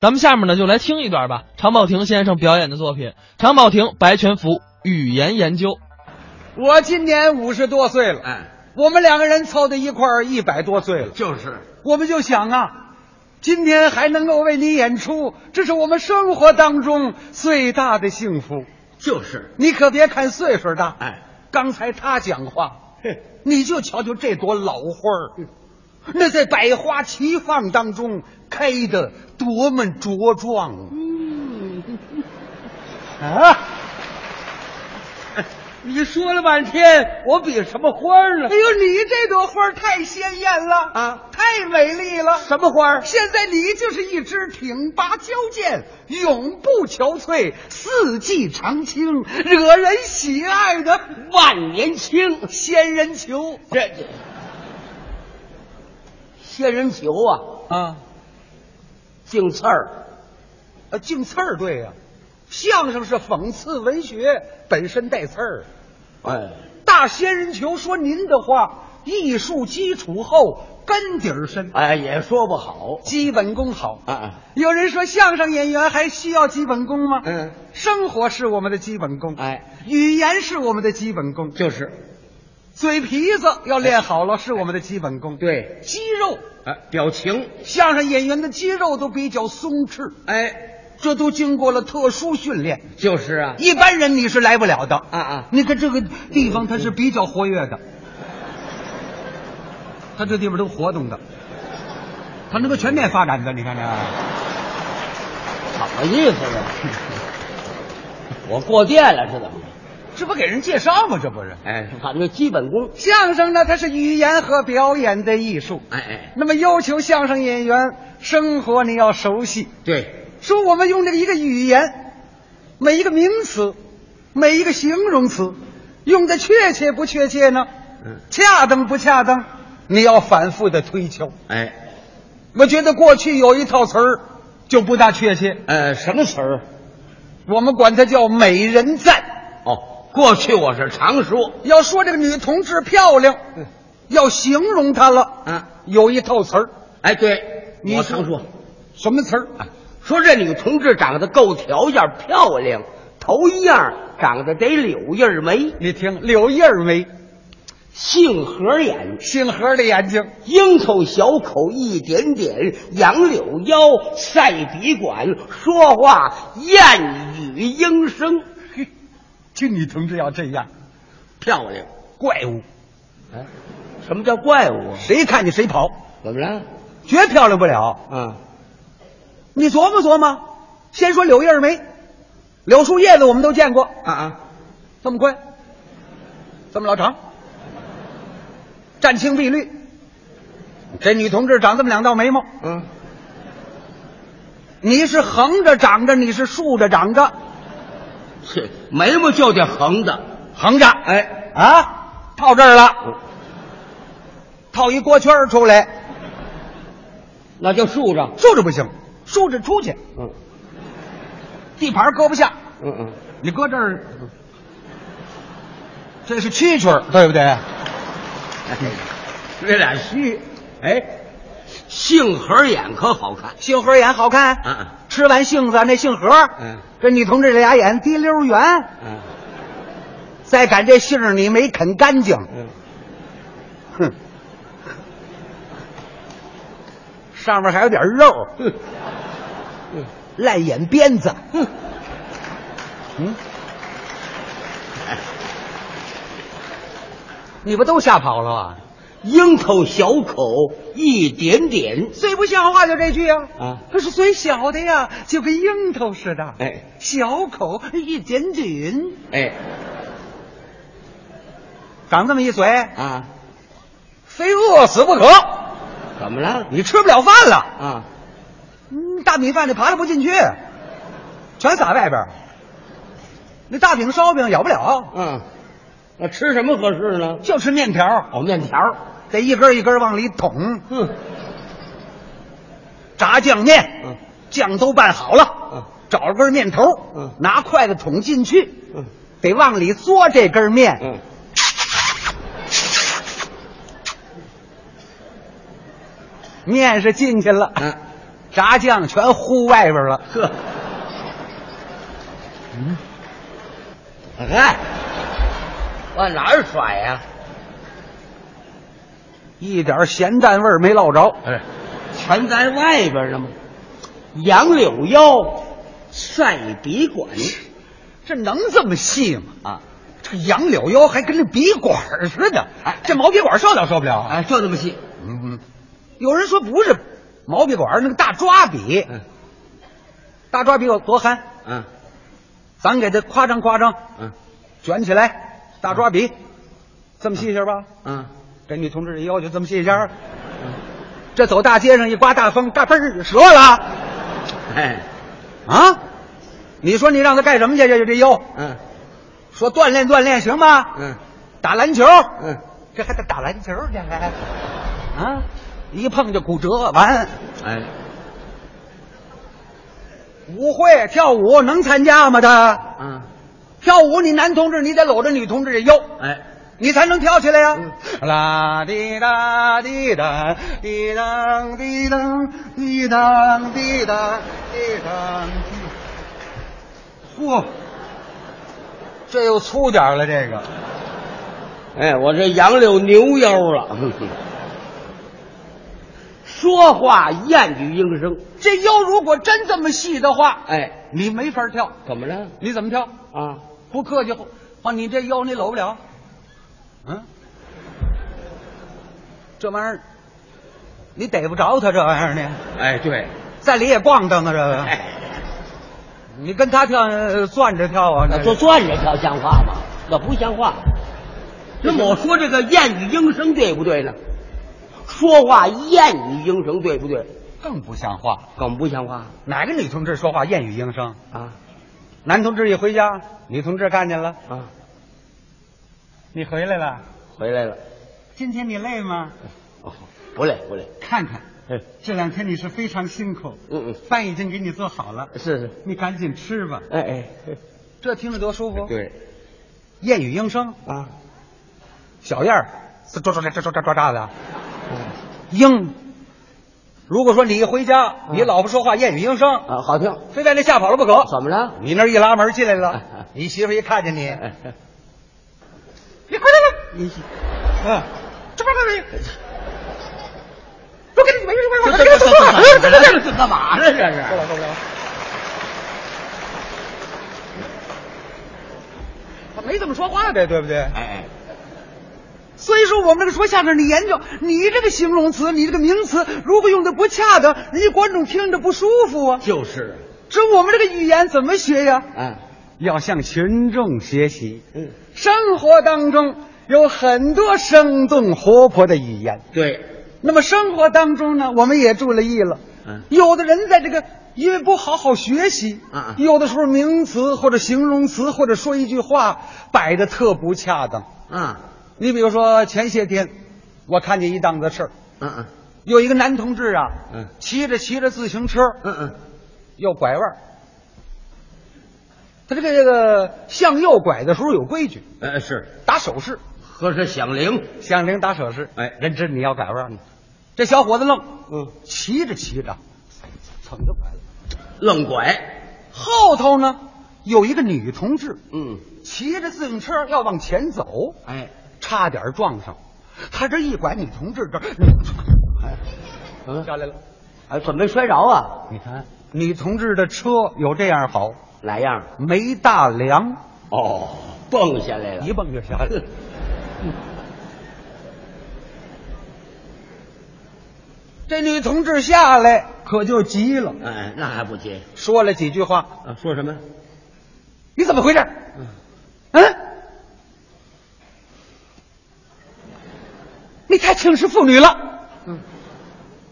咱们下面呢就来听一段吧，常宝霆先生表演的作品《常宝霆白全福语言研究》。我今年五十多岁了，哎，我们两个人凑在一块儿一百多岁了，就是我们就想啊，今天还能够为你演出，这是我们生活当中最大的幸福。就是，你可别看岁数大，哎，刚才他讲话，嘿，你就瞧瞧这朵老花儿，那在百花齐放当中开的多么茁壮啊！嗯啊！你说了半天，我比什么花儿哎？呦，你这朵花儿太鲜艳了啊太美丽了！什么花儿？现在你就是一支挺拔矫健、永不憔悴、四季常青、惹人喜爱的万年青，仙人球这这仙人球啊，啊！净刺儿，呃，净刺儿对呀、相声是讽刺文学，本身带刺儿。哎，大仙人球说您的话，艺术基础厚，根底儿深，哎，也说不好基本功好。啊。有人说相声演员还需要基本功吗？嗯，生活是我们的基本功，哎，语言是我们的基本功，就是，嘴皮子要练好了是我们的基本功，，对，肌肉，啊，表情，相声演员的肌肉都比较松弛，哎，这都经过了特殊训练，就是啊，一般人你是来不了的啊啊，你看这个地方它是比较活跃的，它这地方都活动的，它能够全面发展的，你看这。啊怎么意思呢？我过电了是怎么？这不给人介绍吗？这不是哎，反正基本功，相声呢？它是语言和表演的艺术。哎哎，那么要求相声演员生活你要熟悉，对，说我们用这个一个语言，每一个名词，每一个形容词，用的确切不确切呢？嗯，恰当不恰当？你要反复的推敲。哎，我觉得过去有一套词儿就不大确切，呃，什么词儿？我们管它叫“美人赞哦，过去我是常说”。要说这个女同志漂亮，嗯要形容她了，啊，有一套词儿，哎，对，你我说常说，什么词儿？啊，说这女同志长得够条件漂亮，头一样长得得柳叶眉，你听，柳叶眉，杏核眼，杏核的眼睛。樱桃小口一点点，杨柳腰，晒笔管，说话燕语莺声，嘿，这女同志要这样，漂亮。怪物，哎，什么叫怪物啊？谁看见谁跑，怎么了？绝漂亮不了。啊，你琢磨琢磨，先说柳叶梅，柳树叶子我们都见过，啊啊，这么宽，这么老长，湛青碧绿。这女同志长这么两道眉毛，嗯，你是横着长着，你是竖着长着，切，眉毛就得横的，横着，哎，啊，套这儿了，套一锅圈儿出来，那就竖着。竖着不行，竖着出去，嗯地盘搁不下，嗯嗯，你搁这儿，这是蛐蛐儿，对不对？这俩虚，哎，杏核眼可好看。杏核眼好看，嗯嗯吃完杏子那杏核，嗯这女同志这俩眼滴溜圆，嗯再赶这杏儿你没啃干净， 嗯，哼，上面还有点肉，哼烂眼鞭子，哼，嗯，你不都吓跑了啊？樱桃小口一点点。最不像话就这句啊！啊可是嘴小的呀，就跟樱桃似的，哎小口一点点，哎长这么一嘴，啊，非饿死不可，怎么了？你吃不了饭了。啊，嗯，大米饭你扒拉不进去，全撒外边儿。那大饼烧饼咬不了，嗯，那吃什么合适呢？就吃面条，哦，面条。得一根一根往里捅。哼，炸酱面，嗯酱都拌好了，嗯找根面头，嗯拿筷子捅进去，嗯得往里嘬这根面，嗯，面是进去了，嗯炸酱全糊外边了。呵，嗯，哎，往哪儿甩呀、一点咸淡味儿没落着。哎，全在外边呢嘛。杨柳腰，晒笔管，这能这么细吗？啊，这杨柳腰还跟这笔管儿似的，哎这毛笔管儿受了受不了啊？哎，就这么细。嗯嗯，有人说不是毛笔管儿，那个大抓笔，嗯大抓笔有多憨，嗯咱给它夸张夸张，嗯卷起来，大抓笔，这么细些吧？嗯，这女同志这腰就这么细些儿，这走大街上一刮大风，嘎嘣儿折了哎，啊！你说你让她干什么去？这这腰，嗯说锻炼锻炼行吗？嗯打篮球，嗯，这还得打篮球去还啊？一碰就骨折，完哎，舞会跳舞能参加吗？他嗯跳舞，你男同志你得搂着女同志这腰，哎，你才能跳起来呀、嗯啦滴哒滴哒滴当滴当滴当滴当滴当。嚯，这又粗点儿了，这个哎，我这杨柳牛腰了。说话谚语应声，这腰如果真这么细的话，哎，你没法跳，怎么了？你怎么跳？啊，不客气，啊，你这腰你搂不了，嗯，这玩意儿你逮不着他这玩意儿呢，哎，对，在里也咣当啊，这个、哎，你跟他跳呃攥着跳啊，那这就转着跳像话吗？那不像话。那么我说这个谚语应声对不对呢？说话谚语应声对不对？更不像话了。更不像话哪个女同志说话谚语应声？啊男同志一回家，女同志看见了，啊！你回来了，回来了，今天你累吗？哦，不累不累，看看，嗯这两天你是非常辛苦，嗯饭已经给你做好了，嗯，是是，你赶紧吃吧。哎哎，这听着多舒服。对谚语应声，啊，小燕儿是抓抓抓抓抓抓抓抓的嗯鹰。如果说你一回家，嗯你老婆说话谚语应声，啊，好听，非把你吓跑了不可。怎么了？你那儿一拉门进来嗯了嗯，你媳妇一看见你，哎哎你快点来，你嗯，这边来来，我给你，我给你，我给这这你，这我给你，这这这干嘛呢？这受不了是受不了。他没怎么说话呗，对不对？哎所以说，我们这个说相声，你研究你这个形容词，你这个名词，如果用的不恰当，人家观众听着不舒服啊哎，。就是这我们这个语言怎么学呀？啊，要向群众学习。嗯，生活当中有很多生动活泼的语言，对，那么生活当中呢，我们也注意了，嗯有的人在这个因为不好好学习，嗯嗯有的时候名词或者形容词或者说一句话摆的特不恰当。啊，你比如说前些天，我看见一档子事儿，嗯嗯有一个男同志啊，嗯骑着骑着自行车，嗯嗯，要拐弯儿。他这个这个向右拐的时候有规矩，哎是，打手势，喝是响铃，向铃打手势。哎人知你要拐弯儿，这小伙子愣，嗯，骑着骑着，哎蹭就拐了。愣拐，后头呢有一个女同志嗯，骑着自行车要往前走，哎，差点撞上。他这一拐，女同志这儿哎嗯，下来了。哎，怎么没摔着啊？你看，女同志的车有这样好，哪样？没大梁，哦，蹦下来了，一蹦就下来了。这女同志下来可就急了，哎，那还不急说了几句话啊？说什么？：“你怎么回事？嗯嗯，你太轻视妇女了，嗯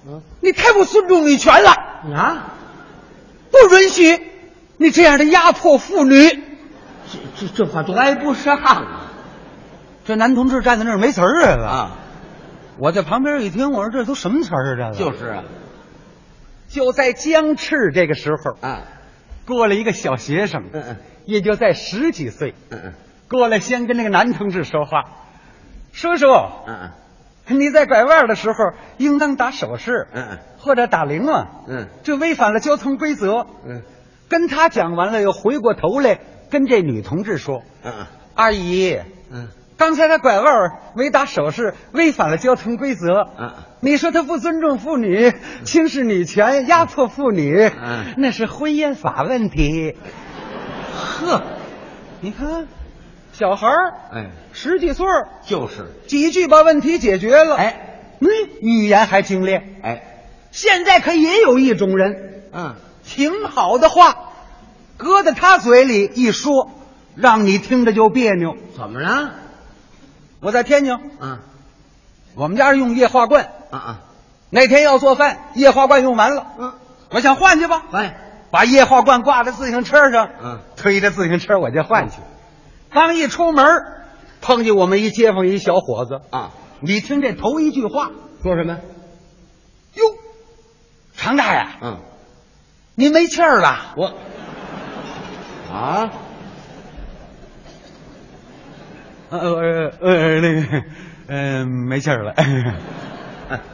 嗯你太不尊重女权了，啊，不允许你这样的压迫妇女。”这这这话都挨不上啊！这男同志站在那儿没词儿啊！啊，我在旁边一听，我说这都什么词儿啊？这个就是啊，就在僵持这个时候，啊，过来一个小学生，嗯嗯也就在十几岁，嗯嗯过来先跟那个男同志说话：“叔叔，嗯嗯，你在拐弯的时候应当打手势，嗯或者打铃嘛，嗯这违反了交通规则。嗯跟他讲完了，又回过头来跟这女同志说嗯：“阿姨，嗯刚才他拐弯儿没打手势，违反了交通规则。嗯你说他不尊重妇女，轻视女权，压迫妇女，嗯那是婚姻法问题。呵，你看，小孩儿哎，十几岁儿，就是，几句把问题解决了。，哎嗯，语言还精炼。哎，现在可也有一种人，嗯，挺好的话，搁在他嘴里一说，让你听着就别扭。怎么了？我在天津，嗯我们家是用液化罐。啊啊，那天要做饭，液化罐用完了，嗯，我想换去吧，哎，把液化罐挂在自行车上，嗯，推着自行车我就换去。刚一出门，碰见我们一街坊一小伙子，啊，你听这头一句话，说什么？哟，常大爷，嗯，您没气儿了？我啊，呃呃呃，那个，嗯、没气儿 了。哎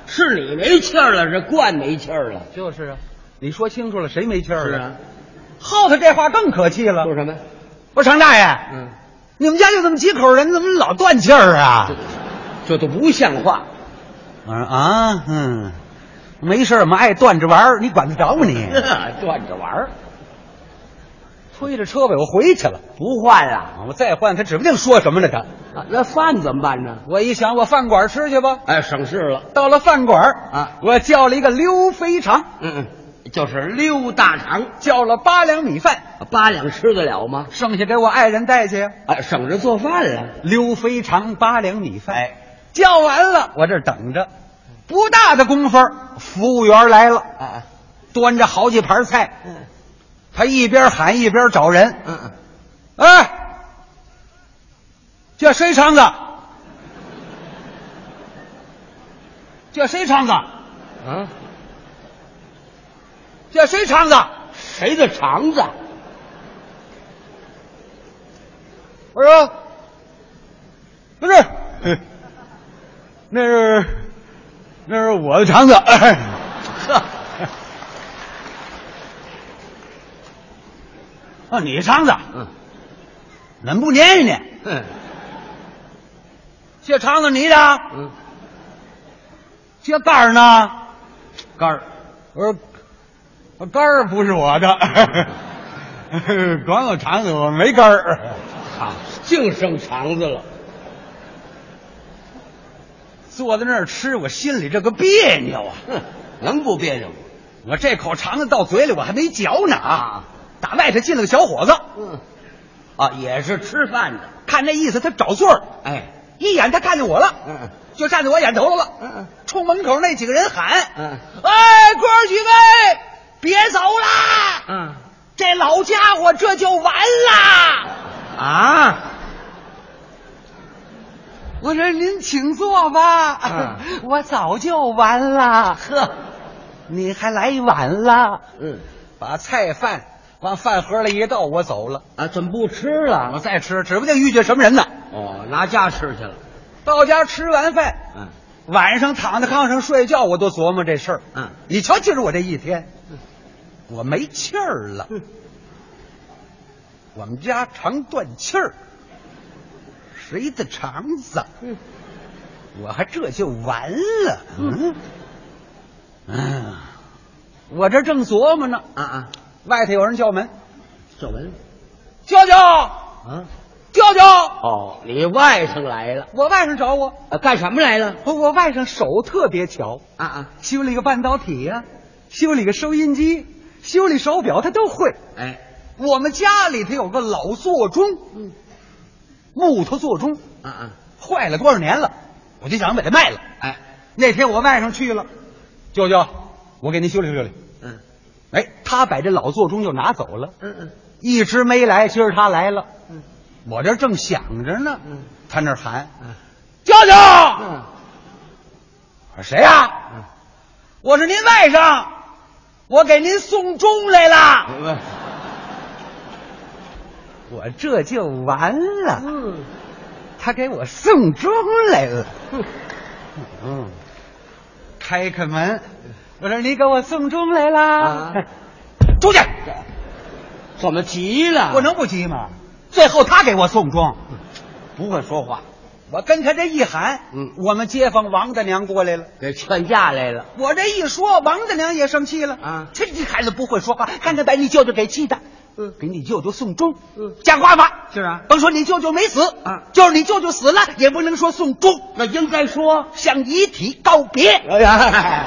是你没气儿了，这罐没气儿了。就是啊，你说清楚了，谁没气儿是了？啊，后头这话更可气了。说什么？我说常大爷，嗯，你们家就这么几口人，怎么老断气儿啊？这都不像 话。我说啊，嗯，没事儿嘛，爱断着玩儿，你管得着吗你？断着玩儿， 推着车尾我回去了，不换啊啊我再换他指不定说什么呢他。啊，那饭怎么办呢？我一想，我饭馆吃去吧。哎，省事了。到了饭馆儿啊我叫了一个溜肥肠，嗯嗯，就是溜大肠，叫了八两米饭，八两吃得了吗？剩下给我爱人带去。哎，省着做饭了。溜肥肠八两米饭，哎，叫完了，我这儿等着。不大的功夫，服务员来了，啊，端着好几盘菜，嗯他一边喊一边找人。嗯哎，这谁肠子？这谁肠子？嗯啊，这谁肠子？谁的肠子？我说，不哎 是，那是那是我的肠子。哎 呵，啊，你肠子嗯怎么不粘人呢？嗯这肠子你的，嗯，这肝儿呢？肝儿，我说，肝儿不是我的， 光有肠子我没肝儿。好，净剩肠子了。坐在那儿吃，我心里这个别扭啊！哼，能不别扭吗？我这口肠子到嘴里，我还没嚼呢啊！打外头进了个小伙子，嗯，啊，也是吃饭的。看那意思他找座儿，哎，一眼他看见我了，嗯就站在我眼头了了。嗯冲门口那几个人喊：“嗯哎，哥儿几位，别走啦！嗯这老家伙这就完啦！啊，我说您请坐吧， 嗯我早就完了。呵，你还来晚了。嗯把菜饭往饭盒里一倒，我走了。啊，怎么不吃我了？再吃，指不定遇见什么人呢。哦，拿家吃去了。到家吃完饭，嗯晚上躺在炕上睡觉，我都琢磨这事儿。嗯，你瞧，今儿我这一天，我没气儿了嗯。我们家常断气儿，谁的肠子？嗯我还这就完了。嗯，嗯，我这正琢磨呢，啊啊，外头有人叫门，小文舅舅，啊，舅舅，哦，你外甥来了，我外甥找我。啊，干什么来了？我我外甥手特别巧，啊啊，修理个半导体呀、修理个收音机，修理手表，他都会。哎，我们家里头有个老座钟，嗯，木头座钟，啊啊，坏了多少年了，我就想把它卖了。哎，那天我外甥去了，舅舅，我给您修理修理。嗯哎，他把这老座钟就拿走了，嗯嗯一直没来，今儿他来了，嗯我这正想着呢，嗯他那儿喊嗯舅舅，嗯我说谁呀、嗯我是您外甥，我给您送钟来了。嗯，我这就完了，嗯，他给我送钟来了。哼嗯，开开门，我说你给我送终来啦啊！ 出去，怎么急了？我能不急吗？最后他给我送终，不会说话，我跟他这一喊，嗯我们街坊王大娘过来了。给劝架来了。我这一说，王大娘也生气了啊这你孩子不会说话，刚才把你舅舅给气的。嗯给你舅舅送终，嗯讲话吧。是啊甭说你舅舅没死啊就是你舅舅死了，也不能说送终，那应该说，向遗体告别。哎呀，